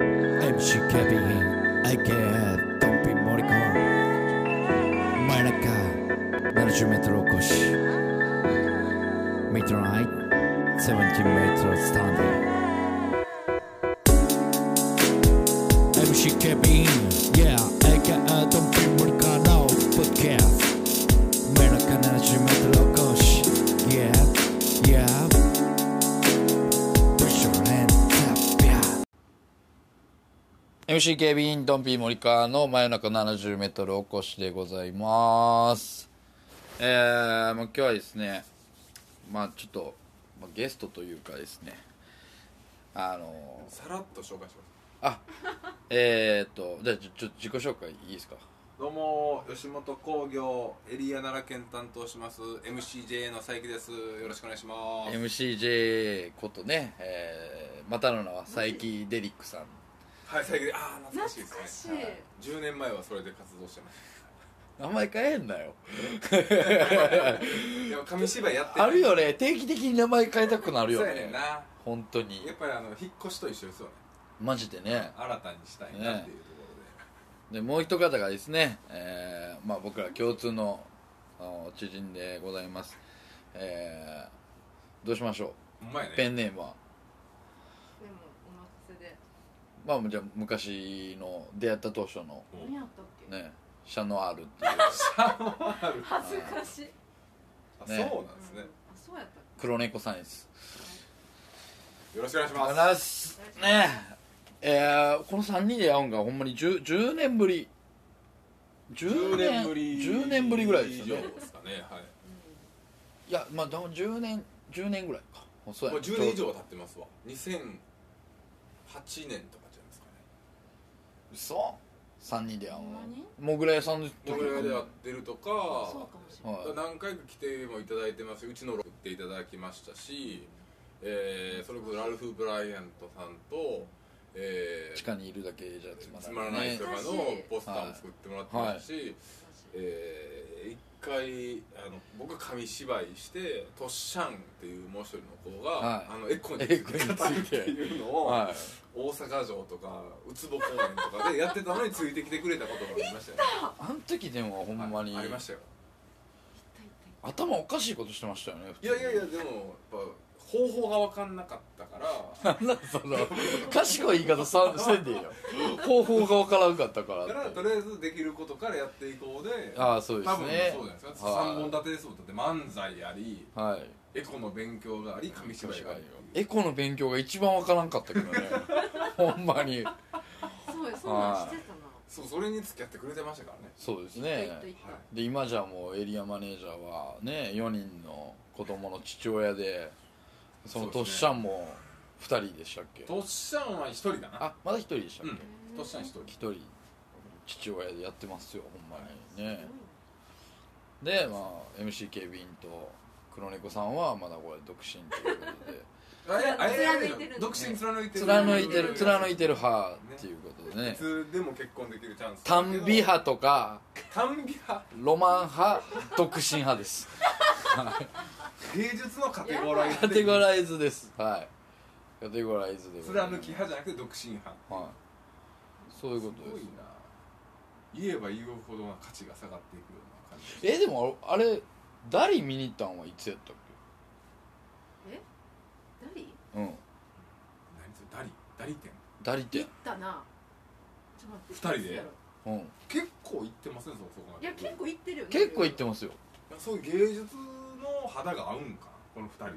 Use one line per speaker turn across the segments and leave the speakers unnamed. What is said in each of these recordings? MC ケビン IKEA ドンピモリコ真夜中 70m 越し Midnight 70m スタンディ MC ケビン Yeah IKEA ドンピモリコのポッケー真夜中 70m 越し Yeah Yeah Push your hand up yeah
MC 警備員ドンピー森川の真夜中70メートルおこしでございます。えー、もう今日はですね、まあちょっと、まあ、ゲストというかですね、あの
さらっと紹介します
えーっと、じゃあちょちょっと自己紹介いいですか
どうも吉本興業エリア奈良県担当します MCJ の佐伯ですよろしくお願いします
?MCJ ことね、えー、またの名は佐伯デリックさん。
はい佐伯でああ懐かしいですね
懐
は
か
い10年前はそれで活動してまし
名前変えんなよ。
たでも紙芝居やって
あるよね、定期的に名前変えたくなるよ
そうやね
ね
ん。なや
本当に。
っぱりあの引っ越しと一緒ですよね
マジでね。
新たにしたいなっていうとこ
でもう一方がですね、えーまあ、僕ら共通のあの知人でございます、えーどうしましょ
ろでほんまや
う
ね
ペンネームは、
でもお任せで
まあ、じゃあ昔の出会った当初の、
何やったっけ、
ね、シャノアール っていう
恥ずかしい
あそう
ね
なんですね
あそうやったっ
黒猫さんです
よろしくお願いします
話すねえーこの3人で会うんがほんまに 10, 10年ぶり10
10
年
年ぶり
10年ぶりぐらいですよね
以上ですかねはい
いやまあでも10年10年ぐらいかそうや
も
ね
う10年以上は経ってますわ2008年とかじゃないですかね
そう3人で会う
ほんまに
のもぐら屋さんの時
僕らで会ってるとか
たそうかもしれない
はい
何回か来てもいただいてますうちのロっていただきましたし、えーそれこそラルフ・ブライアントさんと、えー
地下にいるだけじゃつまらない
つまらないとかの
懐かしい
ポスターも作ってもらってますし、えー一回あの僕が紙芝居してトッシャンっていうもう一人の子が、
はい
あのエコについて語るっていうのを、
は
大阪城とかウツボ公園とかでやってたのについてきてくれたことがありましたよね
いあの時でもほんまに
ありましたよ
痛い痛い
頭おかしいことしてましたよね
いやいやいやでもやっぱ方法が分かんなかったから
なん だその賢い言い方させんでいい よ方法がわからんかったから
だからとりあえずできることからやっていこうで
ああそうで
多
す
分そう
ね
じゃないですか
はい
3本立てですもんだって漫才あり
はい
エコの勉強があり紙芝居があり
エコの勉強が一番わからんかったけどね ほんまに
そうやそんなんしてたな
そうそれに付き合ってくれてましたからね
そうです
痛い痛い
ね
痛
はいい
で今じゃもうエリアマネージャーはね4人の子供の父親でその
そうです
と
ね
っしゃんも2人でしたっけ
とっしゃんは一人だな
あまだ1人でしたっ
う
け、
んとっしゃん一人
一人父親でやってますよほんまにねで、まあ、MC 警備員と黒猫さんはまだこれ独身ということで
あれあれあれ
貫いてる
独身貫いてる
貫いてる貫い
て
てる派っていうことで
るい
ね
つでも結婚できるチャンス
短美派とか
短美派
ロマン派独身派 です
芸術のカテゴライズ
カ
で
テゴライズですはいカテゴライズでございます
貫き派じゃなくて独身派
はいそういうことです
ごいな言えば言うほどの価値が下がっていくような感じ
えでもあれダリ見に行ったんはいつやったっ
え誰行
けうん
何それダリダリ店
ダリって
ったなちょっ
二
と
人で
待っていつやろ
うん
結構行ってませんそうそこま
い
で
や結構行ってるよね
結構行ってますよ
そういう芸術の肌が合うんかこの二人は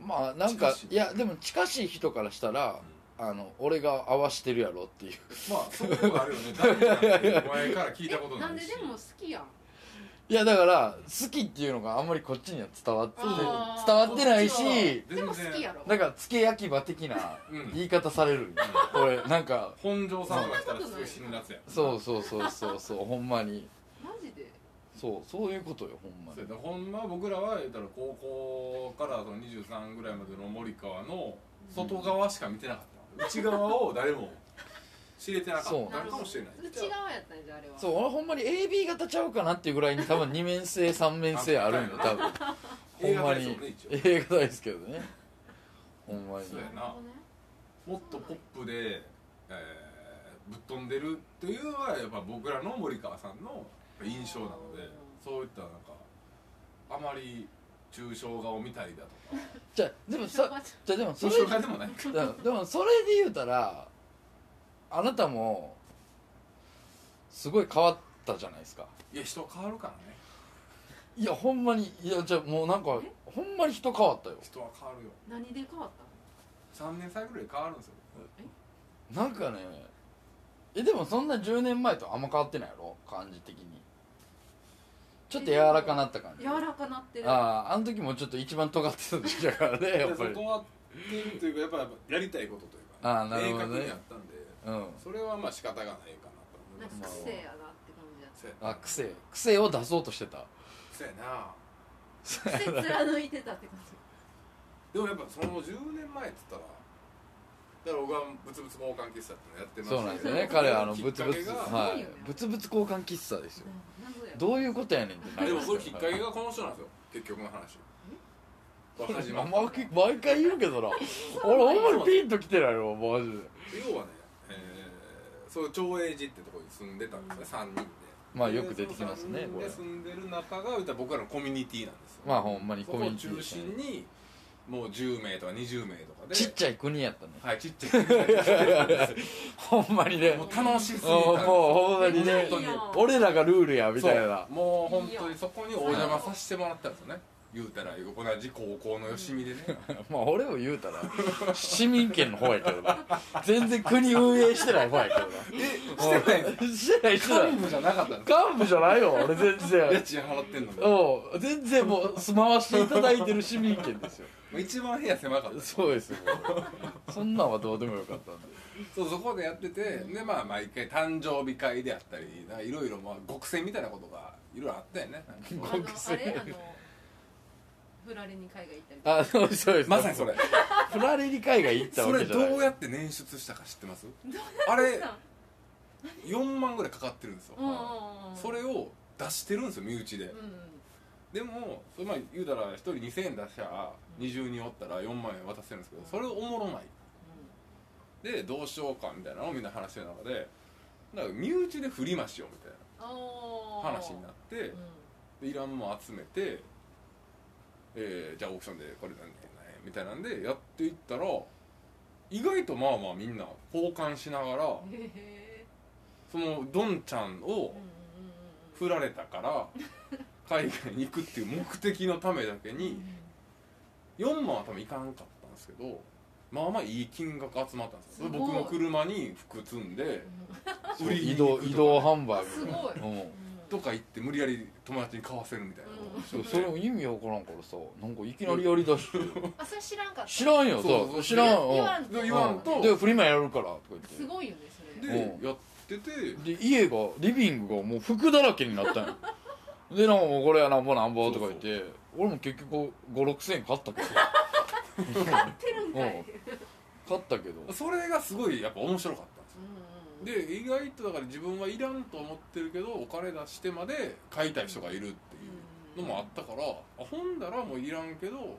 まあなんか
近しい
いやでも近しい人からしたら、あの俺が合わしてるやろっていう
まあそういうことあるよねダリなんてお前から聞いたこと
えな
なんい
で
し
でも好きやん
いやだから好きっていうのがあんまりこっちには伝わって
あー
伝わってない
こっ
し
ち
でも好きやろ
なんか付け焼き場的な
うん
言い方される、俺なんか
本庄さんが来たらすぐ死ぬやつや
そうそうそうそうそうほんまに
マジで
そうそういうことよほんま
そう
に
やなほんま僕らは言ったら高校からその23ぐらいまでの森川の外側しか見てなかった、内側を誰も知れてなか
そう
ったかもしれない
内側やったんじゃああれは
そう俺ほんまに AB 型ちゃうかなっていうぐらいに多分2面性3面性あるんよ多 分ほんまに A 型ですけどねほんまに
そうやな
なるほどね
もっとポップでえーぶっ飛んでるというのはやっぱ僕らの森川さんの印象なのでそういったなんかあまり抽象画を見たりだとか
じゃあでもさじゃあでもそ
抽
れ
象画でもない
うんでもそれで言うたらあなたもすごい変わったじゃないですか
いや人変わるからね
いやほんまにいやじゃあもうなんか
え
ほんまに人変わったよ
人は変わるよ
何で変わったの
3年歳ぐらいで変わるんですよ
なんかねえでもそんな10年前とあんま変わってないやろ感じ的にちょっと柔らかなった感じ
柔らかなってる
あああの時もちょっと一番尖ってた時だからねやっぱり
で断ってるというかやっぱやっぱやりたいことというか、
あーなるほどね
明確にあったんで
うん
それはまあ仕方がないかなと思い
なん
ます
か癖やなって感 じだっ
せやな
あ癖癖を出そうとしてた
せやな
た癖貫いてたって感じ
でもやっぱその10年前っつったらだから僕はブツブツ交換喫茶ってのやってま
そうなんで
した
す
けど
よね彼はあのブツブ
きっ
ツ
かけが
は
はいブツブツ交換喫茶ですよ
謎や
どういうことやねんってな
で
り
も
ます
そ
よ
れきっかけがこの人なんですよ結局の話始ま
ま
っ
あ
た
毎回毎回言うけどな俺ほんまにピンときてないよマジで
要はね、えー、そう長英寺ってとこに住んでたんですね3人で
まあよく出てきますね
で
これ
その三人で住んでる中が言ったら僕らのコミュニティなんですよ
まあほんまにコミュニテ
そこ
ィで
を中
すね
心にもう10名とか20名とかで
ちっちゃい国やったね
はいちっちゃい 国なんです
ほんまにね
よもう楽しすぎた
もうほんまにね
本当に
俺らがルールやみたいな
そうもう本当にそこにお邪魔させてもらったんですよね言うたら同じ高校のよしみでね
まあ俺を言うたら市民権の方やけどな全然国運営してない方やけどな
してない
うんしてないしてない
幹部じゃなかったんです
幹部じゃないよ俺全
家
然
賃払ってんのにま
うん全然もう住まわしていただいてる市民権ですよ
あ一番部屋狭かった
そうですよそんなんはどうでもよかったんで
そうそこでやっててでまあ毎回誕生日会であったりなんかいろいろまあ極戦みたいなことがいろいろあったよねなんか
あのあれあの振られに海外行ったりとか
あそうですそうです
まさにそれ
プラレリ海外行った
そ
わ
れ
けじゃない
どうやって捻出したか知ってますあれ4万ぐらいかかってるんですよ
うんうんうん
それを出してるんですよ身内で
うんうん
でもそれまあ言うたら1人2000円出しゃ20人おったら4万円渡せるんですけどそれおもろないでどうしようかみたいなのをみんな話してる中でだから身内で振りましようみたい
お
な
ー
話になって、
うん
でいらんもん集めて、えーじゃあオークションでこれなんだよねみたいなんでやっていったら意外とまあまあみんな交換しながら
へえ
そのドンちゃんを
うんうんうん
振られたから海外に行くっていう目的のためだけに4万は多分いかんかったんですけどまあまあいい金額集まったんですよ
すごい
僕の車に服積んで
そう
売りに
移
行
動
くとか
移動販売
すごい
うん
とか行って無理やり友達に買わせるみたいなことをし
そ
て
うそれも意味わからんからさなんかいきなりやりだして
うんあそれ知らんかった
知らんよ
そうそう
そう知らん
言わ
うんん
と
言わんと
でフリマやるからとか言って
すごいよねそれ
でやってて
で家がリビングがもう服だらけになったん よでなんかもうこれやなんぼなんぼとか言って俺も結局56000円買ったけど
買ってるんかい
うん買ったけど
それがすごいやっぱ面白かったんですよ
うんうん
で意外とだから自分はいらんと思ってるけどお金出してまで買いたい人がいるっていうのもあったからあほんだらもういらんけど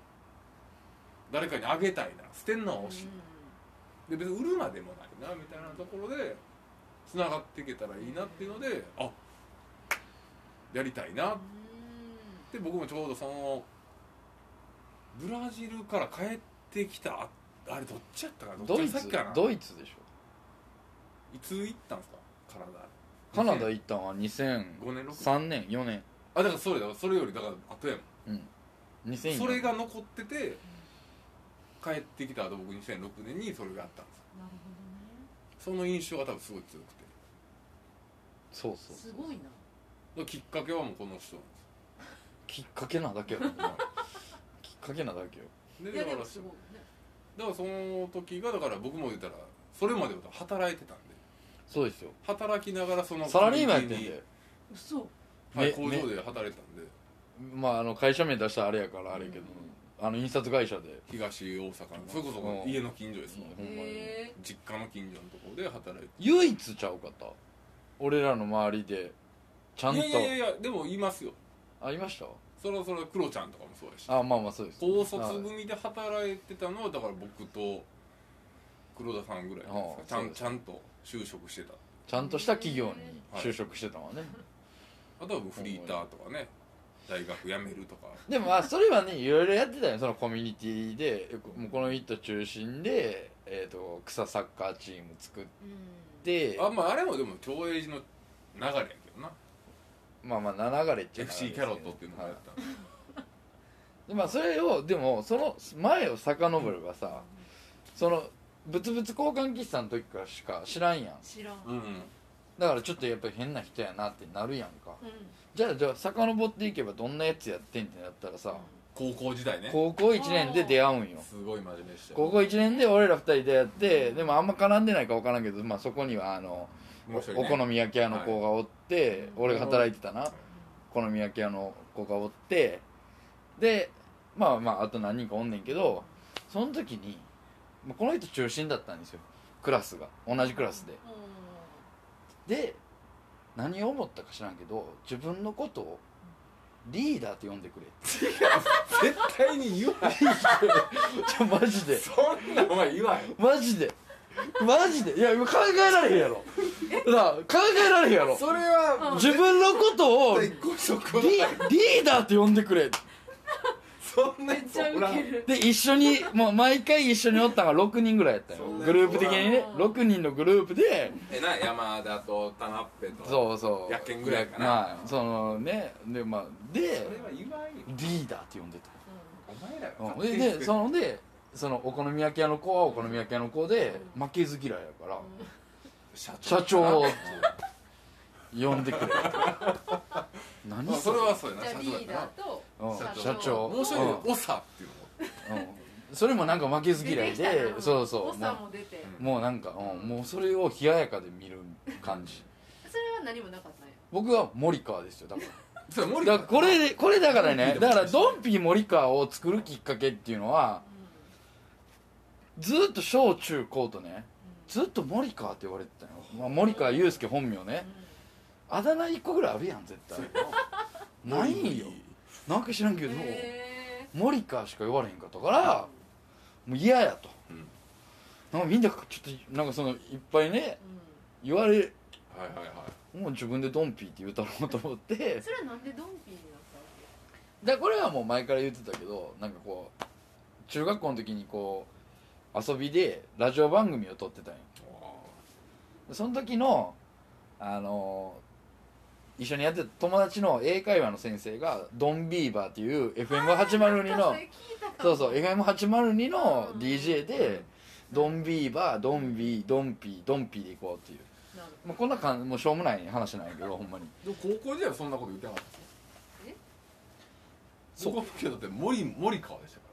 誰かにあげたいな捨てんのは惜しいで別に売るまでもないなみたいなところでつながっていけたらいいなっていうのであやりたいなっ
う
て僕もちょうどそのブラジルから帰ってきたああれどっちやったかな
ドイ
どっちや
ツ
ったかない
ドイツでしょ
つ行ったんですかカナダ
カナダ行ったのは2003
5年6年
年4年
あだからそれだそれよりだから後やもん
うん2004年
それが残ってて帰ってきた後僕2006年にそれがあったんで
んなるほどね
すその印象が多分すごい強くて
そうそう
すごいな
だからきっかけはもうこの人
きっかけなだけよ ほんまにきっかけなだけよ
で
いやで
だ
も
か
すごいね
らだからその時がだから僕も言ったらそれまでは働いてたんで
そうですよ
働きながらその
サラリーマンやってん
コミュニ
で
嘘
ティにはい、
ね
工場で働いてたんで、
まああの会社名出したらあれやからあれやけどあの印刷会社で
東大阪のそれこ
う
そ
ん
家の近所ですもん、
ほんまに
へえ
実家の近所のところで働いて
唯一ちゃうかった俺らの周りでちゃんと
いやいやいやでもいますよ
あいました
そろそろクロちゃんとかもそうやし
あまあまあそうです
高卒組で働いてたのはだから僕と黒田さんぐらいじゃないですかちゃ
ああ
んちゃんと就職してた
ちゃんとした企業に就職してたもんね、
あとはフリーターとかね大学辞めるとか
でもまあそれはねいろいろやってたよそのコミュニティでよくもうこの一途中心で、えー、と草サッカーチーム作っ
うん
て
あ,、まあ、あれもでも競泳時の流れやけどな
まあまあ流れっちゃ
FC キャロットっていうのも
は
や
い
った
でまあそれをでもその前を遡ればさその物々交換喫茶の時からしか知らんやん
知らん、
の、うん
だからちょっとやっぱり変な人やなってなるやんか
うん
じゃあじゃあ遡っていけばどんなやつやってんってなったらさ
高校時代ね
高校1年で出会うんよ
すごい真面目でしたよ
高校1年で俺ら2人出会ってでもあんま絡んでないか分からんけど、まあ、そこにはあの
面白い
お
ね
好み焼き屋の子がおって、
はい
俺が働いてたなお好み焼き屋の子がおってでまあまああと何人かおんねんけどその時にまあこの人中心だったんですよクラスが同じクラスで
うん
で何を思ったか知らんけど自分のことをリーダーって呼んでくれって
絶対に言わない
ちょマジで
そんなんお前言わない
マジでマジでいや考えられへんやろなあ考えられへんやろ
それは
自分のことをリ
絶対ご職
リーダーって呼んでくれ
そんな
め
や
っ
つ
ちゃ
おら
ウ
ん
ケる
で一緒にもう毎回一緒におったのが6人ぐらいやったよ
そんな
グループ的にね
うん
6人のグループで
えな山田と田ナッペと
そうそう
やっけんぐらいかな
まあそのねでまあで
それは言わんよ
リーダーって呼んでた
お前らが
うん
勝手に
で
作
で
る
そのでそのお好み焼き屋の子はお好み焼き屋の子で負けず嫌いやから
社長
社長って呼んで くれ何
まあそれはそう
う
や
ん
な
じゃあ
社
リ
長やったな
ーダーと
うん
社長
社長
面白いよ「おさ」っていうの
うんうんそれもなんか負けず嫌いでそうそう
誤差も出て
う
もうなんか、うん、もうそれを冷ややかで見る感じ
それは何もなかったんや
僕は森川ですよだか
それ
ら
森
だ
田
からこれこれだからね
うん
だからドンピー森川を作るきっかけっていうのはずーっと小中高とねずっと森川って言われてたよ、まあ、森川祐介本名ねあだ名1個ぐらいあるやん絶対ないんよなんか知らんけど、
へ
森川しか言われへんかったからもう嫌やと、
うん
なんかみんなちょっとなんかそのいっぱいね言われ
はいはいは
もう自分でドンピーって言うたろうと思 って
それはなんでドンピーになったわ
でこれはもう前から言ってたけどなんかこう中学校の時にこう遊びでラジオ番組を撮ってたんよ
い
でその時のあのー一緒にやってた友達の英会話の先生がドンビーバーっていう
け
FM802
なんか
の
それ聞いたかも
そうそう FM802 の DJ
うん
でドンビーバードンビードンピードンピーでいこうっていう
なる
もうこんな感じもうしょうもない話なんやけどほんまに
でも高校時代はそんなこと言ってなかった
え
そこだって森森川でしたか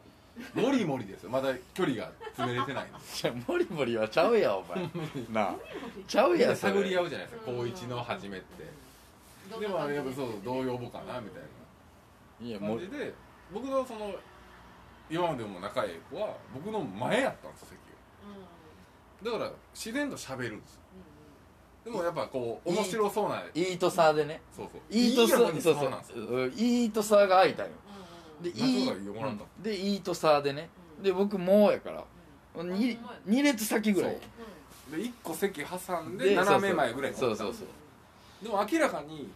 ら森森ですよまだ距離が詰めれてないんで
じゃあモリモリはちゃうやお 前なあちゃう
みん
や
な
それ
探り合うじゃないですか高一の初めって
ほど
でもあれやっぱそう
どん
同
な感じで
様母かなみたい
いや
な感
もう
じで僕のその今までも仲いい子は僕の前やったんですよ席がだから自然と喋るんですよでもやっぱこう
いい
面白そうな
イートサーでね
そうそう
イートサ
いいやつ
ー
に
そう
そうなんですよ
そううんイートサーが開いたんよ
うんうんうんうんうんうん
でイー
仲が良くなった
うんでイートサーでね
うん
で僕もうやから2
ほんまや
列先ぐらい
そうで1個席挟ん
で
で斜め前ぐらいに
そうそうそう
でも明らかに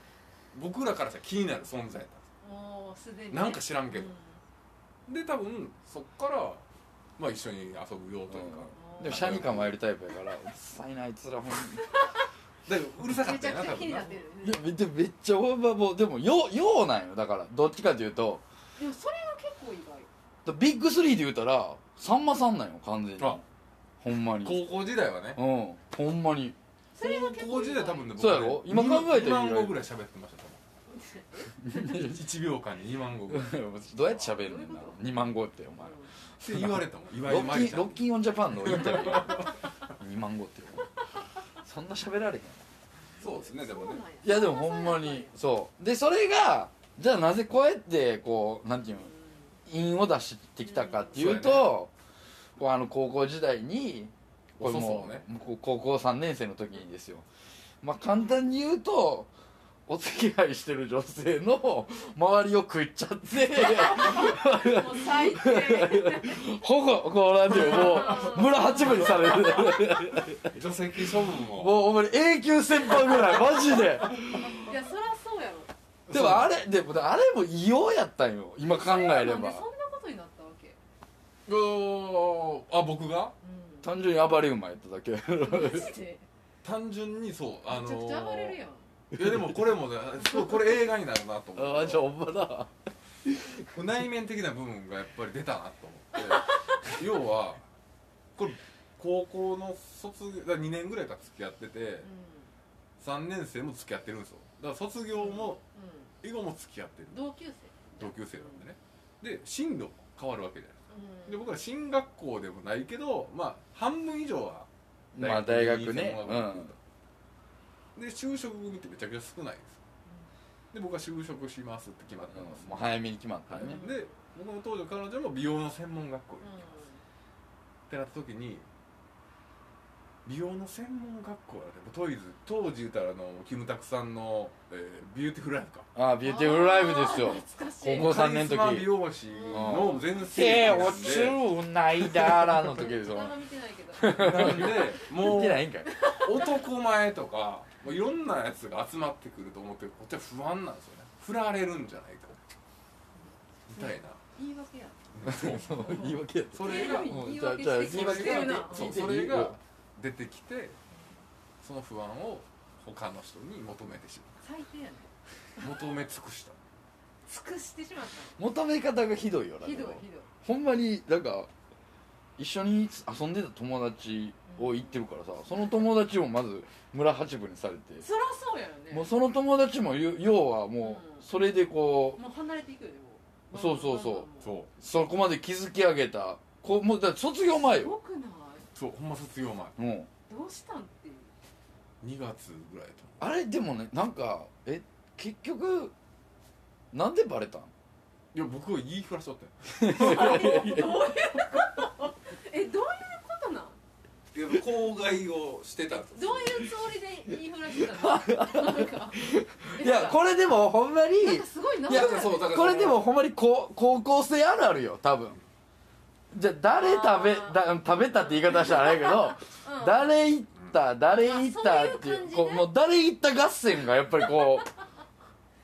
僕らからしたら気になる存在だったんで
うんもうすでにね
なんか知らんけど
う
すで多分そっからまあ一緒に遊ぶよというか、
ん
でもシャに構えるタイプやからうっさいなあいつらほんま
だいぶうるさか
め
っ
ち
たよな
ゃくち
多
ゃ気
分
にな
な
ってる
にいやめっちゃめっちゃオーバーボーでもようようなんよだからどっちかというと
でもそれが結構意
だ
外
ビッグスリーで言うたらさんまさんなんよ完全に
あ
ほんまに
高校時代はね
うんほんまに
それが結
高
構
校
意
時
外
代多分ね
そうやろ今考えた
ら
ら
2万語ぐらい喋ってました多分1秒間に2万語ぐらいっ
どうやって喋んねんな
どういうこと
2万語ってお
うん
前
て言われたもん岩
ロ
井真
ッキ
理
ー
ちゃ
ロ
ん
ッキンオンジャパンのインタビュー2 万語ってそんな喋られへん
そうですねでもね
いやでもほんまにそうでそれがじゃあなぜこうやってこうなんていうの韻を出してきたかっていう
そうや
とこうあの高校時代にこれも
そうそうね
もうこう高校3年生の時にですよまあ簡単に言うとお付き合いしてる女性の周りを食いちゃっ て
もう最低
ほぼこうなんていうもう村八分にされる
除籍処分も
もうお前永久先輩ぐらいマジで
いやそりゃそうやろ
でもあれでもあれも異様やったんよ今考えれ
なんで
ば
そんなことになったわけ
うーあ僕が
う
単純に暴れ馬やっただけ
んマジで
単純にそうあ
めちゃく
の
ちゃ暴れるやん
いやでもこれもねすごいこれ映画になるなと思
あ
っ
あじゃあほ
て
んまだ
内面的な部分がやっぱり出たなと思って要はこれ高校の卒業だから2年ぐらいから付き合ってて
う
3年生も付き合ってるんですよだから卒業
ん
も
う
以後も付き合ってる
ん同級生
同級生なんでねで進路変わるわけじゃない
うん
で僕ら進学校でもないけどまあ半分以上は
まあ大学ね
に専門学校に行くとで就職組ってめちゃくちゃ少ないんですよで僕は就職しますって決まったんです、
もう早めに決まったね
で僕の当時の彼女も美容の専門学校に、
うん
ってなった時に美容の専門学校だねトイズ当時言うたらあのキムタクさんの、えービューティフルライフか
ああビューティフルライブですよ
あー懐かしい
高校3年の時
カリスマ美容師の全
手
盛期
落ちるないだらの時ですよ
あんま見てないけど
なんでも
見
う
てないんかい
男前とかもういろんなやつが集まってくると思ってこっちは不安なんですよね振られるんじゃないかみたいな、
言い訳やん
そう言い訳や
それが
言い
うん
言い
じゃあ
訳
じゃあ
して
言い
く
訳し
れ
てて
るな
そう
聞いていい
それが出てきてその不安を他の人に求めてし
最低やね
まう求め尽くした
尽くしてしまった
求め方がひどいよな
のひ
で
どい
も
ひどい
ほんまになんか一緒に遊んでた友達を言ってるからさその友達もまず村八分にされて
そりゃそうやよね
もうその友達もゆ要はも
うん
うそれでこう
もう離れていくよねも
そうそうそう
う
そう
そこまで築き上げたこうもうだって卒業前
すご
よ
くない
そうほんま卒業前
うん
どうしたんっていう
2月ぐらいと
あれでもねなんかえ結局なんでバレたん
いや僕は言いふらしとったよ
えどういうことなん
いや口外をしてたんです
どういうつもりで言いふらしてたのなんかえ
いやこれでもほんまに
なんかすごいない
や
そうだから
これでもほんまにこう高校生あるあるよ多分じゃあ誰食べ
あ
だ食べたって言い方したらあれやけど
うん
誰行った誰行ったってい
あそうい
う
う感じね
こうもう誰行った合戦がやっぱりこ う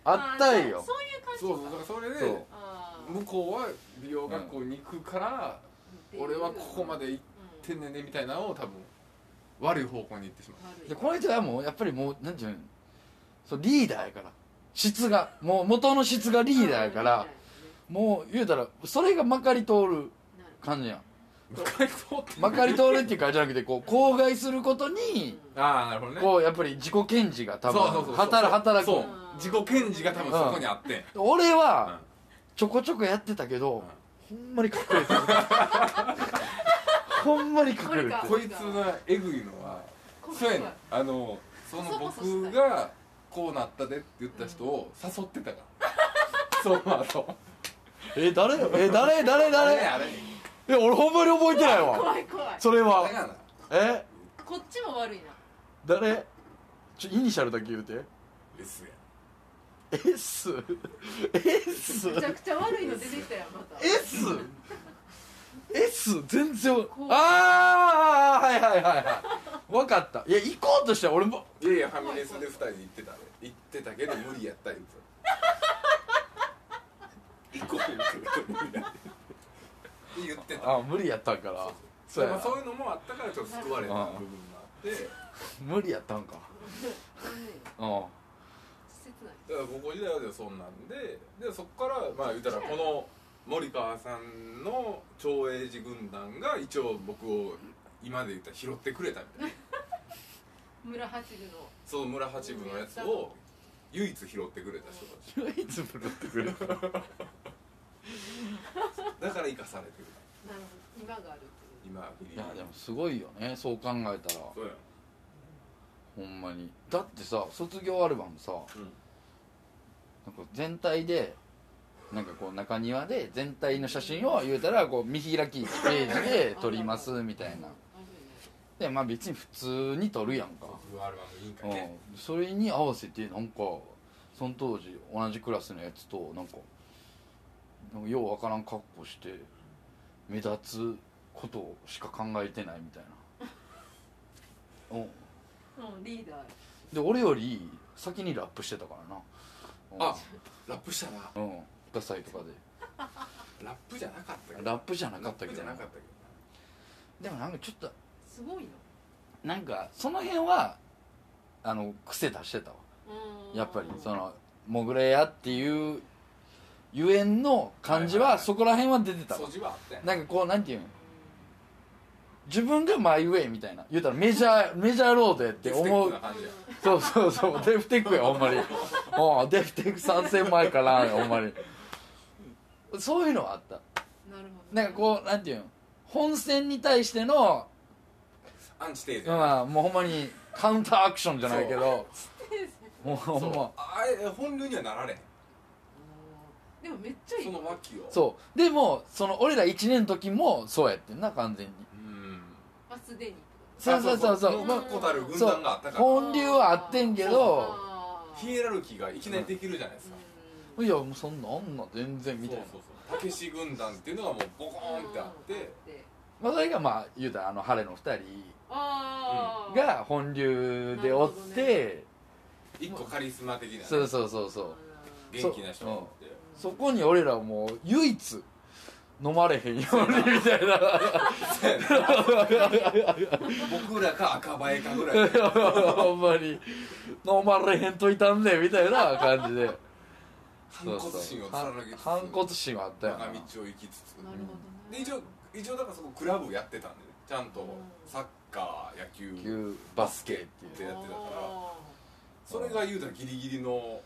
あったん
あ
よ
そういう感じ
そうそうだからそれ
そ
で
う
あー
向こうは美容学校に行くから、
っていう
俺はここまで行っ
う
て
ん
んねんねみたいなのを多分悪い方向に行ってしま う
悪い
でこの人はもうやっぱりもうなんていうのそうリーダーやから質がもう元の質がリーダーやからもう言うたらそれがまかり通る
なる
感じやん
若い子って
まかり通るっていう感じじゃなくてこ う口外することに
ああなるほどね
こうやっぱり自己顕示が多分
そうそうそう
働働く
そう
うん
自己顕示が多分そこにあって、
俺
う
は
ん
ちょこちょこやってたけど、ほんまに隠れてる ほんまに隠れてる
これか
こいつがえぐいのはそうやねんあのその僕がこうなったでって言った人を誘ってた から、その後
え誰え誰誰
あれ
誰
あれ
え俺ほんまに覚えてないわ
怖い怖い
それ
あれ
は
がな
え
こっちも悪いな
誰ちょイニシャルだけ言うて
S や
S S
めちゃくちゃ悪いの出てきたよまた
S S 全然
怖い
ああはいはいはいはい分かったいや行こうとしたら俺も
いやいやファミレスで二人で行ってたで行ってたけど無理やった言うてた行こう言うてたって言ってた
あ無理やったんからそうや
ま
な
あ、そういうのもあったからちょっと救われた部分もあって
無理やったんか
うん
うん
切ない
だから高校時代はでそんなんででそこからまあ言うたらこの森川さんの長英寺軍団が一応僕を今で言ったら拾ってくれたみたいな
村八分の
その村八分のやつを唯一拾ってくれた人たち
唯一ブロってくれる
だから生かされてる
なるほど今があるっていう
今ギリギ
い
リ
やでもすごいよねそう考えたら
そうや
ほんまにだってさ卒業アルバムさ
うん
なんか全体でなんかこう中庭で全体の写真を言うたらこう見開き1ページで撮りますみたいなでまあ別に普通に撮るやんか
僕はアルバムいいんか
う
ね
んそれに合わせてなんかその当時同じクラスのやつとなんかなんかようわからん格好して目立つことしか考えてないみたい なうん
うんリーダー
で俺より先にラップしてたからな
あラップしたな
うんダサいとかで
ラップじゃなかったけど
ラップじゃなかった
ラ
け
ップじ
ど
ゃ
な
なかったけど
でもなんかちょっと
すごいの
なんかその辺はあの癖出してたわ
うん
やっぱりそのモグレやっていうゆえんの感じは
はいはいはい
そこら辺は出てたわ
素地はあったやん
なんかこうなんていうん自分がマイウェイみたいな言うたらメジャーメジャーロードやって思
ステックな
う
感じや
そうそうそうデフテックやほんまにうんデフテック参戦前からほんまにそういうのはあった
なるほど
なんかこうなんていうん本戦に対しての
アンチテーゼ
まあもうほんまにカウンターアクションじゃないけどもうほん
そう
ま
あれ本流にはなられへん
うんでもめっちゃいい
その脇を
そうでもその俺ら1年の時もそうやってんな完全に
うん
あすでに
そうそうそうそう
あ
ま
も
あ
確固たる軍団があったから
本流はあってんけど
あー
ヒエラルキーがいきなりできるじゃないですか
う
いやもうそんなあんな全然みたいな
そうそうそうたけし軍団っていうのがもうボコーンってあって
まあそれがまあ言うたらあの晴れの2
あ
人
ー
が本流でおっ
な
て
一個カリスマ的なね
そうそうそうそう
う
元気な人がおって
そこに俺らもう唯一飲まれへんようにみたいな
僕らか赤羽かぐらい
ほんまに飲まれへんといたんねみたいな感じで
反骨心を貫きつつ
反骨心はあったよな
中道を行きつつ
なるほどね
で一応一応だからそこクラブやってたんでねちゃんと
うん
サッカー野球
球バスケっていう
ってやってたから
あ
それが言うたらギリギリの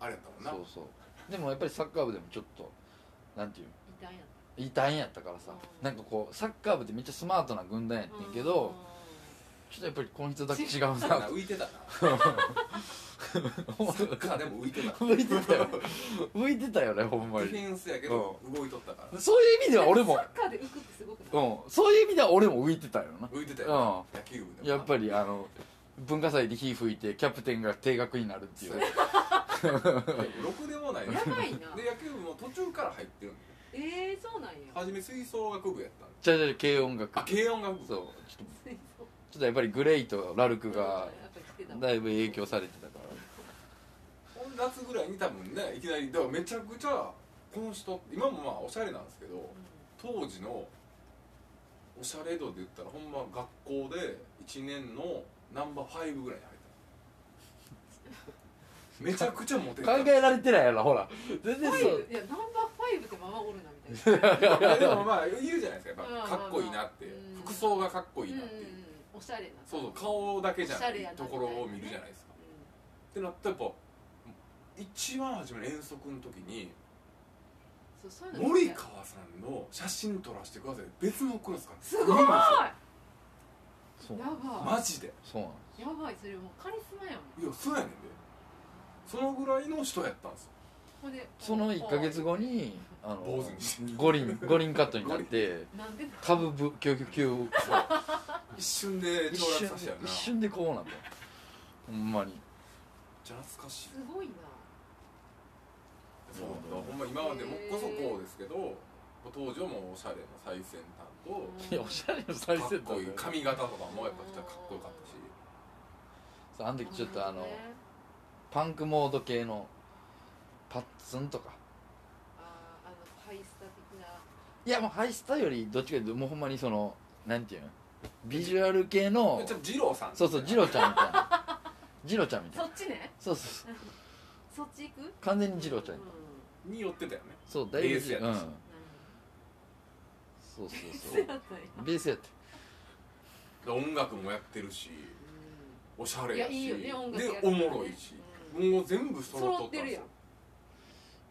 あれやったも
そ
ん
うそうでもやっぱりサッカー部でもちょっとなんていう
ーいたんや
異端やったからさ
うん
なんかこうサッカー部ってめっちゃスマートな軍団やってんけどちょっとやっぱりこの人だけ違う
な
な
浮いて たなサッカーでも浮いてた
浮いてたよ浮いてたよねほん
デ
ま
ィフ
に
ェンスやけど動いとったから
そういう意味では俺
うん
も
サッカーで浮くってすごくない
うんそういう意味では俺も浮いてたよな
浮いてたよな野球部で
やっぱりあの文化祭で火吹いてキャプテンが定額になるっていう
りろくでもないね
やばいな
で野球部も途中から入ってるんで
ええそうなんや
初め吹奏楽部やったんで
じゃじゃ軽音楽
あ軽音楽部
そうちょっと
水槽
ちょっとやっぱりグレイとラルクが
やっぱ来てたもん
だいぶ影響されてたから
夏ぐらいに多分ねいきなりだからめちゃくちゃこの人今もまあおしゃれなんですけど当時のおしゃれ度で言ったらほんま学校で1年のナンバー5ぐらいに 入っためちゃくちゃモテ
考
た
えられてないやろほら全然
ファ
そ
イ
う
ブいやナンバーファイブってままおるなみたいな
で もまあいるじゃないですかやっぱ
まあまあまあ
かっこいいなって
うん
服装がかっこ
うん
いい
うん
な
う
っていうん
おしゃれな
そうそう顔だけじゃな
おしゃれや
い
な
ところを見るじゃないですかってなったらやっぱ一番初めの遠足の時に
うんそうそういうの
森川さんの写真撮らせてください別のクラスから
すごい
見るん
や
で
そう
ば
すよマジで
そうなん
いやばいそれもうカリスマやもん
いやそうやねんでそのぐらいの人やったんですよ
ほんで
その1か月後にあの
坊主にして
五輪五輪カットになって
なんで
株ぶ供給級
一瞬で
一
調達
瞬
させたよな
一瞬でこうなんだよほんまに
じゃあ懐かしい
すごいな
そうだほんま今までもこそこうですけど当時はもうおしゃれの最先端と
いやおしゃれの最
か
先
っ
端
こいい
だよ
髪型とかもやっぱちょっとかっこよかったし
そうあの時ちょっとあの
なるほどね
パンクモード系のパッツンとか
あーあのハイスタ的ない
やもうハイスタよりどっちかというともうほんまにそのなんていうのビジュアル系の
ちょっと二郎さん
そうそうジロちゃんみたいなジロちゃんみたいな
そっちね
そうそうそう
そっち行く
完全にジロちゃん
う
に寄ってたよね
そうだいぶ
ベースやった
うん
し
そうそう
そ
そう
うやったんや
ベースやって
で音楽もやってるしおしゃれやし
いやいいよね音楽や
で
る
お
からね
もろいし
う
もう全部揃っと
揃
っ
って
たん
る
です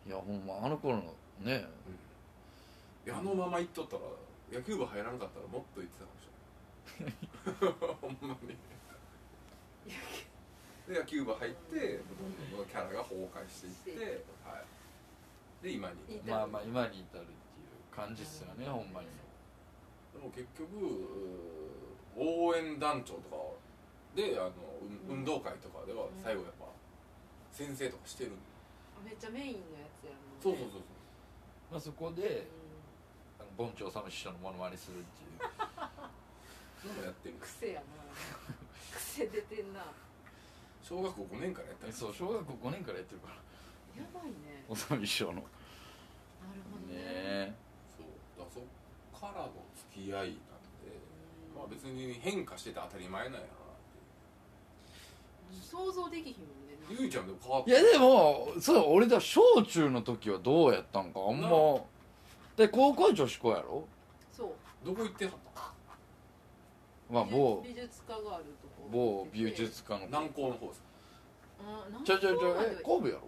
や
よ
ん
いやほんまあの頃のね
いやあのまま行っとったら野球部入らなかったらもっと行ってた かもしれないほんまにで野球部入ってどんどんどんキャラが崩壊していって、はい、で今に
いい
で
と
まあまあ今に至るっていう感じっすよねほんまに
も結局うー応援団長とかであの、う
うん
運動会とかでは最後やっぱ先生とかしてるんで
めっちゃメインのやつやもん、ね、
そうそうそうう
まあ、そこであのボンチョウサムシ師匠のモノマネするっていう
そうなんかやってる
ん癖やな癖出てんなや
小学校5年から やったり
そう小学校5年からやってるから
ばいね
おさみ師匠のね
なるほどね
え
そうだからそっからの付き合いなんで
うん
まあ別に変化してて当たり前なんやなって
想像できひんもんね
ゆいちゃんでも変わっ
い
て
やでもそう俺だ小中の時はどうやったんかあんまで高校は女子校やろ
そう
どこ行ってはった
まあ某
美術科があるとこ
某美術家の
南高の方です
あなん
ちょちょちょ
そうなんだ
え神戸やろ
兵庫兵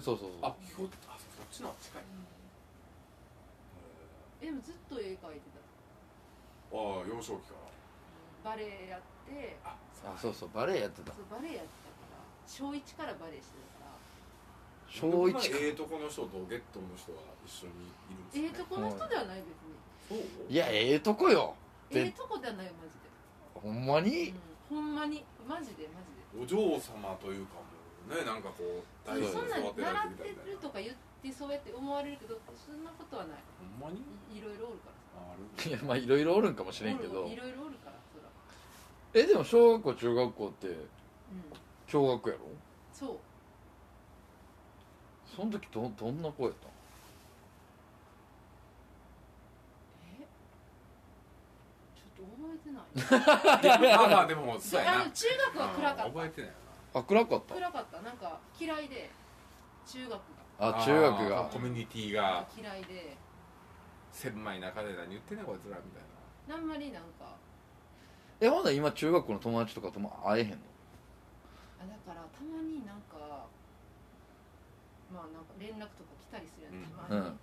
そうそうそう
あひょあそっちの方が近い
えでもずっと絵描いてた
ああ幼少期から
バレエやって
あ
あそうそうバレエやってた
そうバレエやってたから小1からバレエしてたから
小一か
ええとこの人とゲットの人は一緒にいるんです
え
ね
えとこの人ではない別に
そう
いやええとこよで
ええとこではないマジ
ほんま
で、
に
うん、ほんまにマジでマジで
お嬢様というかもうねなんかこう大事
そん
に
なん習
育
って
られてみたい
る
な
とか言ってそうやって思われるけどそんなことはない
ほんまに
いいろいろおるからさ
ある
いやまあいろいろおるんかもしれんけ
おる
ど
おるいろいろおるからそら
えでも小学校中学校って
うん
共学やろ
そう
その時どどんな子やったん
えちょっと覚えてない
まあまあでもそうや
あ
な
の中学は
うん
暗かった
覚えてないな
あ暗かった
暗かったなんか嫌いで中学が
あ中学
あー
が
コミュニティが
嫌いで
狭い中で何言ってんねんこいつらみたいな
あんまりなんか
えほんなら今中学校の友達とかとも会えへんの
あだからたまになんかまあなんか連絡とか来たりするやん、
うん
た
う
ま
ん
に、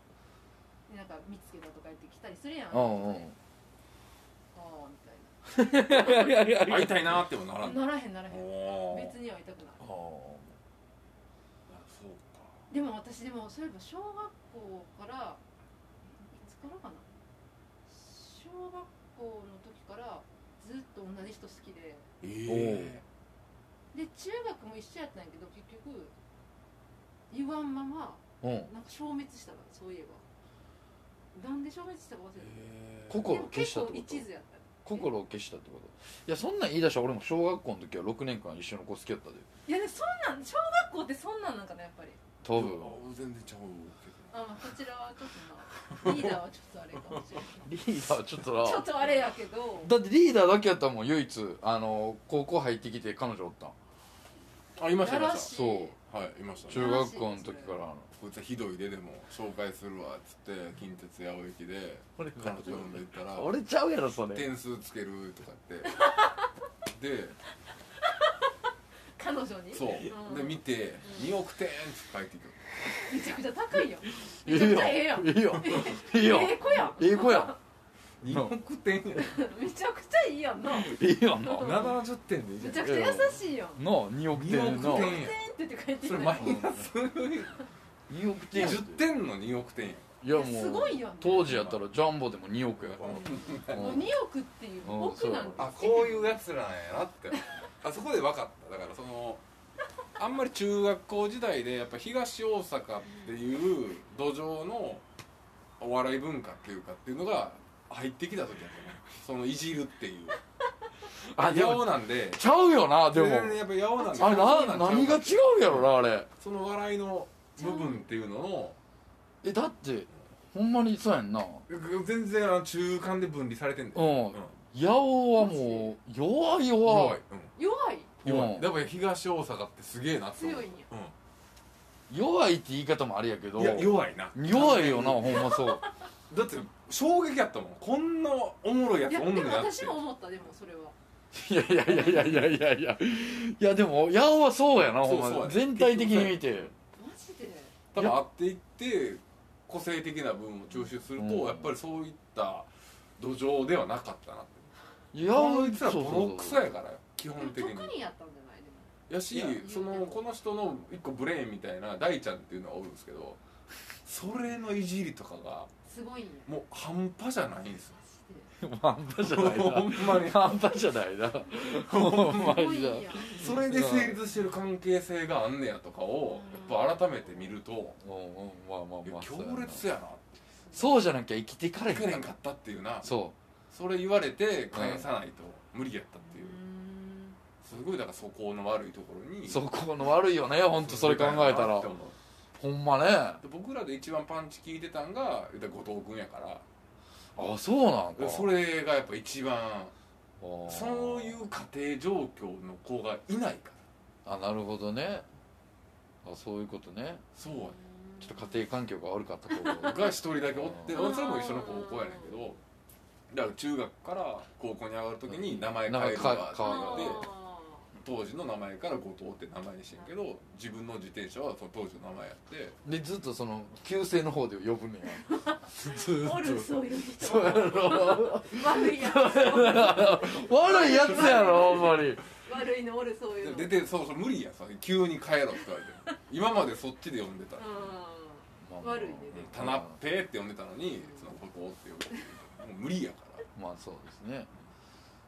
でなんか見つけたとか言って来たりするやん、
うん
あ
うん
あみた
会いたいなーってもなら
い
ん
なならへんならへん
おー
別には痛くない
あ
あそう
でも私でもそういえば小学校からいつからかな小学校の時からずっと同じ人好きで
かえ
で中学も一緒やったんやけど結局言わんまま
ーうん
なんか消滅したからそういえばなんで消滅したか忘れ
え
た、
ここ
で
心を消したっ
も結構
てこと
一途やった
心を消したってこといやそんなん言い出したら俺も小学校の時は6年間一緒の子好きやったで
いやでもそんなん小学校ってそんなんなんかなやっぱり
多分
全然ちゃうけど
あ、まあ、こちらはちょっとなリーダーはちょっとあれかもしれない
リーダーちょっと
ちょっ
な
とあれやけど
だってリーダーだけやったもん唯一あの高校入ってきて彼女おったん
あいましたいま
ら
し
しい
そう
たはいいました
中学校の時からあの
こいつはひどいででも紹介するわっつって近鉄八尾駅で
俺
彼女呼んでいったら
俺ちゃうやろそれ
点数つけるとか ってで
彼女に
そう
うん
で見て
うん
2億点って書いてくる
めちゃくちゃ高いよ
い
め
い
ちゃくち
よ
ゃええやん
いいよいいよ
ええ子やん
いい子や
2億点や
めちゃくちゃいいやんなめ
いいよなな
70点でいいじゃん
ちゃくちゃ優しいやん
2億点
2
の
億
「
点
全然って言って帰ってき
それ
た
マイナス
2億点やで
10点の2億点や
いやもう
すごいよね
当時やったらジャンボでも2億やから、
も
う
うん2億っていう億なんて
あこういうやつらなんやなってあそこで分かっただからそのあんまり中学校時代でやっぱ東大阪っていう土壌のお笑い文化っていうかっていうのが入ってきた時やったねそのいじるっていう
あで
八
も
尾なんで
ちゃうよなでも
全然やっぱ八尾なんで
あれ
そうな
なん
ちゃう
何が違うやろなあれ
その笑いの部分っていうのを
えだってほんまにそうやんなう
全然あの中間で分離されてんだよ、
ん八尾はもう弱い弱
弱い
い、
うん、
弱い
弱い
うん
やっぱ東大阪ってすげえなって思う
強いんや
うん
弱いって言い方もあれやけど
いや弱いな
弱いよなほんまそう
だって衝撃やったもんこんなおもろいや
い
つ
や
おん
で
ね
も
やって
私も思ったでもそれはい
やいやいやいやいやいやいやいやでも八尾はそうやなほん
そうそう
ま
や
全体的に見て
マジで
多分会っていって個性的な部分を抽出すると、
うん
やっぱりそういった土壌ではなかったなって
八
こ
尾
いつは
そ
ボ
う
ロ
そう
ク
そう
ソやからよ基本的
でも
に
特にやったんじゃないでも
やし
いや
そのこの人の一個ブレーンみたいな大ちゃんっていうのはおるんですけどそれのいじりとかが
すごいんや
もう半端じゃないんですよ
マジ
半端じゃないな
ほんまに
半端じゃないなほんま
ご
に
い
な
やん
それで成立してる関係性があんねやとかをやっぱ改めて見ると
うんうんまあま
い
あ
や
まあ
強
そうやな
烈やな
そうじゃなきゃ生きていかれへん
去
か
年
ら
買ったっていうな
そ
それ言われて返さないと無理やったっていうう
ーん
すごいだからそこの悪いところ
う
に
そこの悪いよね本当それ考えた
なっ
ら
て思う
ほんまねあ
で僕らで一番パンチ効いてたんが言うたら後藤君やから
そうなんか
それがやっぱ一番
あー
そういう家庭状況の子がいないから
あなるほどねあそういうことね
そう
ちょっと家庭環境が悪かった頃
やが一人だけおって
うん
それも一緒の高校やねんけどだから中学から高校に上がる時に名前変えるわ
変わ
っ
ってて
言
な
っ
ん
て当時の名前から後藤って名前にしてんけど自分の自転車はその当時の名前やって
でずっとその旧姓の方で呼ぶねやずー
あ
っ
ー
と
おるそういう人
そうやろ
悪いやつ
悪いやつやろほんまに
悪いのおるそういうの
で出てそうそう無理やさ急に変えろって言われて今までそっちで呼んでた
うん悪いね
うん「田なっぺ」って呼んでたのに「そのここ」って呼ぶもう無理やから
まあそうですね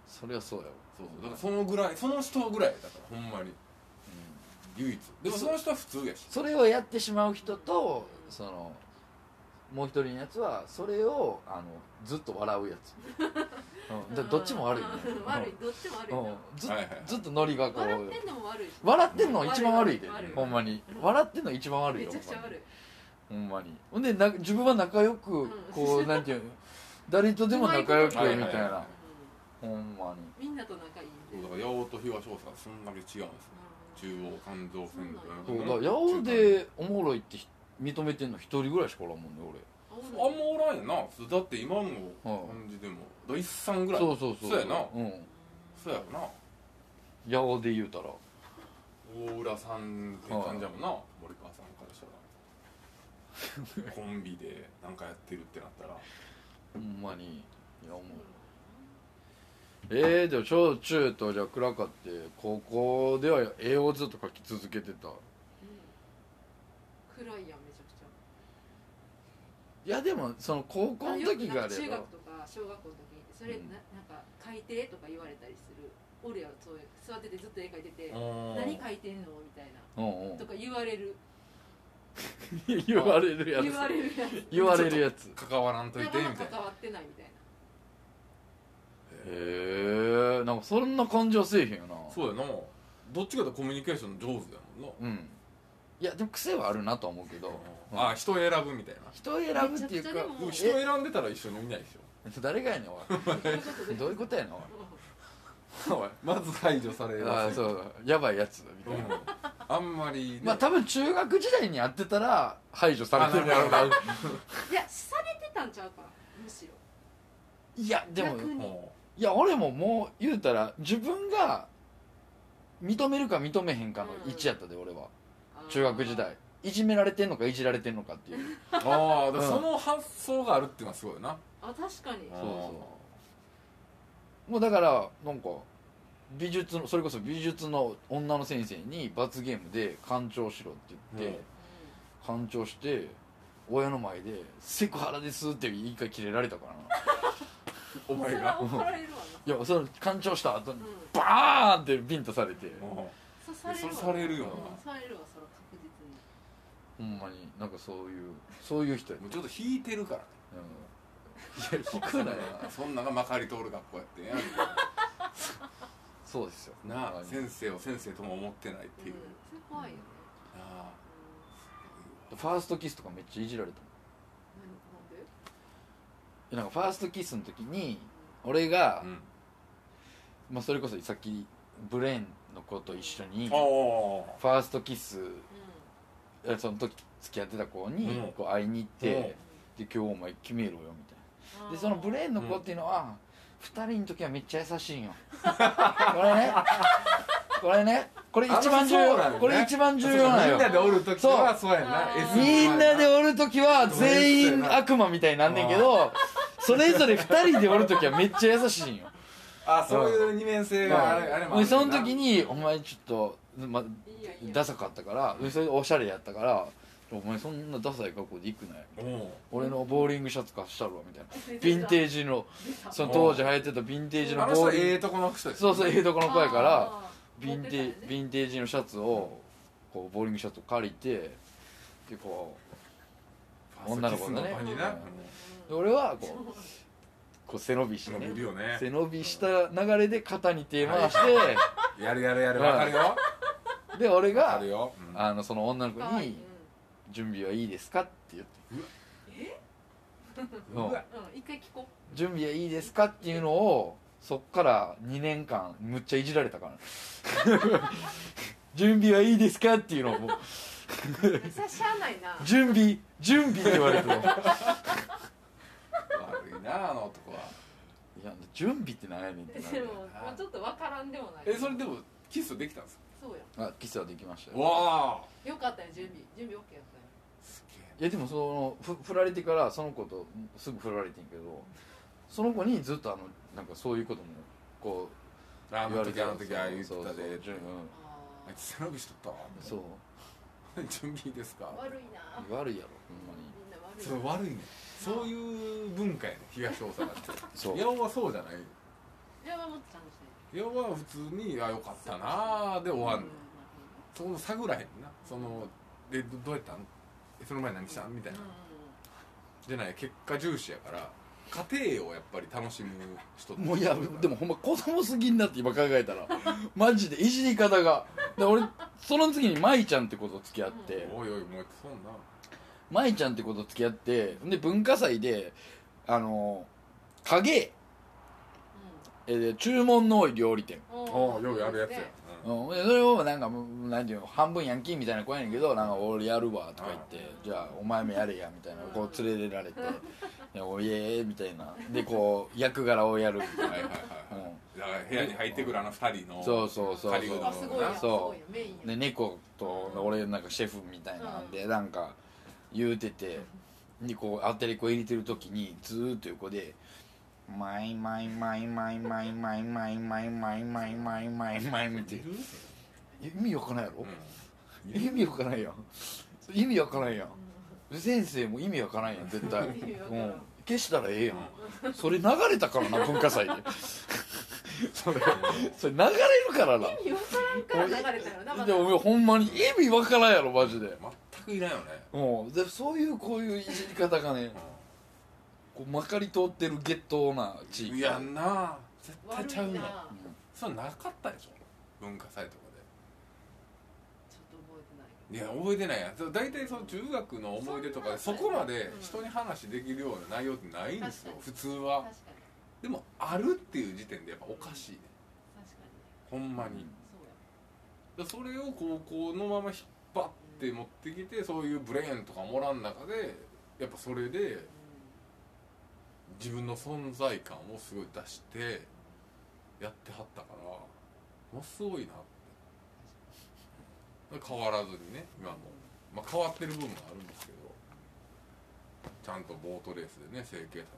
そりゃそうやわ
そうそうだからそのぐらいその人ぐらいだからほんまに唯一でもその人は普通やし
それをやってしまう人とそのもう一人のやつはそれをあのずっと笑うやつ、うん、だからどっちも悪いね
うん悪いどっちも悪い
うん、う
なん
ず
はいはいはい
ずっとノリがこ
笑っ
う
てんのも悪いし
笑ってんの一番悪いで
悪い悪い
ほんまに笑ってんの一番悪い
め
よ
ちゃくちゃ悪い
ほんまにほんでな自分は仲良くこう、 なんていうの誰とでも仲良くみたいな、
はいはいは
ほんまに
みんなと仲いい
そうだ
で
から八尾と東大阪そんだけ違うんですよ中央肝臓線
そ
そうう
だ
ん
から八尾でおもろいってひ認めてんの一人ぐらいしかおらんもんね
あんまおらんやなだって今の感じでも第一三ぐ
俺
らい
そうそうそう
そうやな
うん
そうやろな
八尾で言うたら
大浦さんって感じやもんな森川さんからしたらコンビでなんかやってるってなったら
ほんまにいやおもろいえー、でも小中とじゃあ暗かって高校では絵をずっと描き続けてた
暗いやんめちゃくちゃ
いやでもその高校の時があれ
中
や
学
ろ
とか小学校の時それな,、ん、なんか海底とか言われたりするおるやろそういう座っててずっと絵描いてて何描いてんのみたいな
うんうん
とか言われる
言われるやつ
言われるやつ
言われるやつへ
関わらんとい
だ
て
か
み
ら
たいな
関わってないみたいな
えんかそんな感じはせえへんよな
そうやなどっちかというとコミュニケーション上手やもん
うんいやでも癖はあるなとは思うけど、うん
なあ人選ぶみたいな
人を選ぶっていう
めちゃくちゃで
か
も
でも人
え
選んでたら一緒に見ないでし
誰がやねんお
そういうこと
い
で
どういうことやねん おい
ょおいまず排除され
ああ
う、
そうやばいやつみた
う
いな、
ん、あんまりね、
まあ多分中学時代にやってたら排除されてるやろう
あなる
ない
やされてたんちゃうかむしろ
いやでも
逆に
も
いや俺ももう言うたら自分が認めるか認めへんかの一やったで俺は中学時代いじめられてんのかいじられてんのかっていう
うああだから
うん
その発想があるっていうのはすごいよな
あーあ確かに
そうもうだからなんか美術のそれこそ美術の女の先生に罰ゲームで勘調しろって言って、勘調して親の前で「セクハラです」って言い回切れられたから な
お
うんそ
前
れ
が
は怒られるわな、
いやその勘調した後
う
に
ん、
バーンってビンタされて
も
そされるわ
それされるよな
うんされるわそれは確実に
ほんまになんかそういうそういう人や
う、もうちょっと引いてるから
うん、い や引くなよ
そんなんがまかり通る学校やってんや
そうですよ
な
ほん
あ
まに
先生を先生とも思ってないっ
う
てい
ん
う、
それ怖いよね、
なあ
う
ファーストキスとかめっちゃいじられた
ん、なんなんで
えなんかファーストキスの時に俺が、
うん
まあ、それこそさっきブレーンの子と一緒にフ
ああ
ァーストキス
う
えその時付き合ってた子に
うん
こう会いに行って、で今日お前決めろよみたい
ん
なでそのブレーンの子っていうのは、二人の時はめっちゃ優しいんよこれねこれねこれ一番重
あ
要
の人そうなんよね
これ一番重要なん
みんな
よ
でおる時はそうや
あ
な
ー
S
みんなで
お
おる時は全員悪魔みたいになんねんけどそれぞれ二人でおる時はめっちゃ優しいんよ
あそういう二面性 があれあれもある
で
よな
その時に「お前ちょっと、ま、
いいよいいよ
ダサかったからそれでおしゃれやったからお前そんなダサい格好で行くなよ
おう
俺のボーリングシャツ貸したるわみたいな
ヴ
ヴィンテー
ジ
ジのその当時流行ってたヴィンテージの
あ
ボ
の人
ー
は
リン
え
グ
えとこの人ですね
そうそうええとこの子やからヴィ
ビ
ンテヴィンテージのシャツをこうボーリングシャツを借りてでこ
ファーストキス
女の子
場
のね
にな
うで俺は こうこう背伸びして
伸
ね
びるよね
背伸びした流れで肩に手回して
やるやるやる
うん
わかるよわ
で俺
か
が
るようん
あのその女の子
可愛い
に「準備はいいですか?」って言って
うわ
うん一回聞こ
「準備はいいですか?」っていうのをそっから2年間むっちゃいじられたから準備はいいですかっていうのをもう
うそれしゃあないな
準備準備って言われてもい
悪いなあの男は
や準備って何やねんってな
で
る
ももうちょっとわからんでもない
えそれでもキスできたんですか
そうや
あキスはできましたよ
わあ
よかったよ準備準備 OK やったよ
す
いやでもそのふ振られてからその子とすぐ振られてんけどその子にずっとあのなんかそういうこともこう
げえあ
言われ
の時
て
あの時ああ言って
そうそ
た
うそう
で
準備うん
あ
あい
ー
つ背伸びしとったわ
そう
準備いいですか
悪いな
悪いやろほんまに
みんな悪い
それ悪いねそういう文化やね東大阪って
そう
八尾はそうじゃない
いやまあもっとちゃんとして
八尾は普通に「あよかったな」で終わんの
음.
そこの探らへんなそのでどどうやったんえその前何したんみたいな
음.
じゃない結果重視やから家庭をやっぱり楽しむ人って
もういやでもほんま子供すぎんなって今考えたら マジでいじり方がで俺その次に舞ちゃんってこと付き合って
おいおいもうそんな
舞ちゃんってこと付き合ってで文化祭であの影、
음.
えー注文の多い料理店、
ああよう
어,
やる
네.
やつやうん
うん、でそれをなんかもうなんていうの半分ヤンキーみたいな子やねんけどなんか俺やるわとか言って
うん
じゃあお前もやれやみたいなこう連れられて「でおいえ」みたいなでこう役柄をやるみたい
はいはい
な、
は
うん
いだから部屋に入ってくるあの二人の
そうそうそう
狩
そ
人
う
あすごいやんす
そ
ご
う
いやんメインや
で
ん
猫と
うん
俺なんかシェフみたいなんでなんか言うててにこうアテレコ入れてる時にずーっと横で「マイマイマイマイマイマイマイマイマイマイマイマイマイ」みたいな意味わからんやろ
うん
意味わからんやん意味わからんやん
う
先生も意味わからんやん絶対、う
意味わからん
ん、消したらええやんそれ流れたからな文化祭でそれそれ流れるからなん
意味わからんから流れたよなま
で
だ
も俺ほんまに意味わからんやろマジで
全くいないよね
うんでそういうこういういじり方がねこうまかり通ってるゲットな地
う
域
んいやんな絶対
悪
ちゃう
い
の
な
それなかったでしょ文化祭とか
ちょっと覚えてな
でいや
い
覚えてないやんそう大体その中学の思い出とかでそ
そんな
こまで
うん
人に話できるような内容ってないんですよ
確か
普通は
確かに
でもあるっていう時点でやっぱおかしいね
確かに
ほんまに、
そうや
でそれを高校のまま引っ張って持ってきてそういうブレーンとかもらん中でやっぱそれで
음.
自分の存在感をすごい出してやってはったからものすごいなって変わらずにね今も、まあ、変わってる部分もあるんですけどちゃんとボートレースでね整形されてるっていうと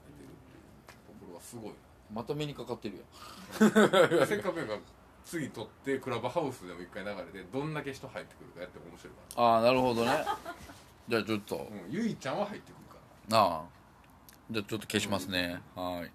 ころはすごい
まとめにかかってるやん
なせっかくやから次撮ってクラブハウスでも一回流れてどんだけ人入ってくるかやっても面白いから
ああなるほどねじゃあちょっと
うん、ゆいちゃんは入ってくるから
ああじゃあちょっと消しますね、はーい